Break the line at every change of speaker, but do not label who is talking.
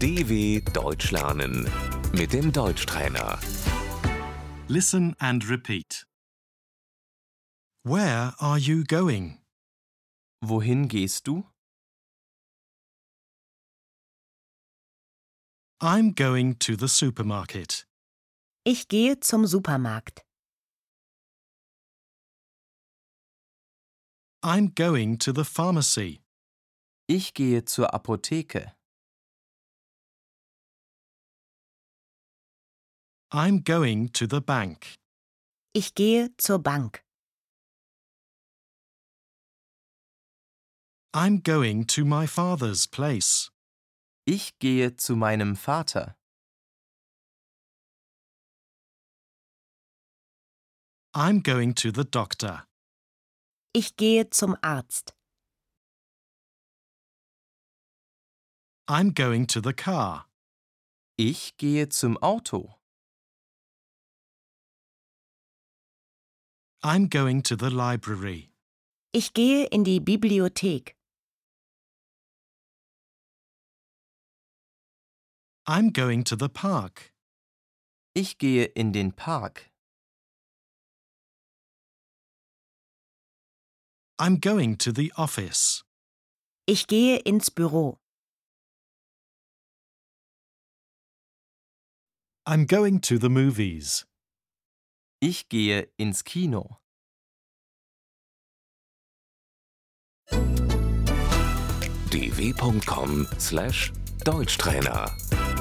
DW Deutsch lernen mit dem Deutschtrainer.
Listen and repeat. Where are you going?
Wohin gehst du?
I'm going to the supermarket.
Ich gehe zum Supermarkt.
I'm going to the pharmacy.
Ich gehe zur Apotheke.
I'm going to the bank.
Ich gehe zur Bank.
I'm going to my father's place.
Ich gehe zu meinem Vater.
I'm going to the doctor.
Ich gehe zum Arzt.
I'm going to the car.
Ich gehe zum Auto.
I'm going to the library.
Ich gehe in die Bibliothek.
I'm going to the park.
Ich gehe in den Park.
I'm going to the office.
Ich gehe ins Büro.
I'm going to the movies.
Ich gehe ins Kino.
dw.com/deutschtrainer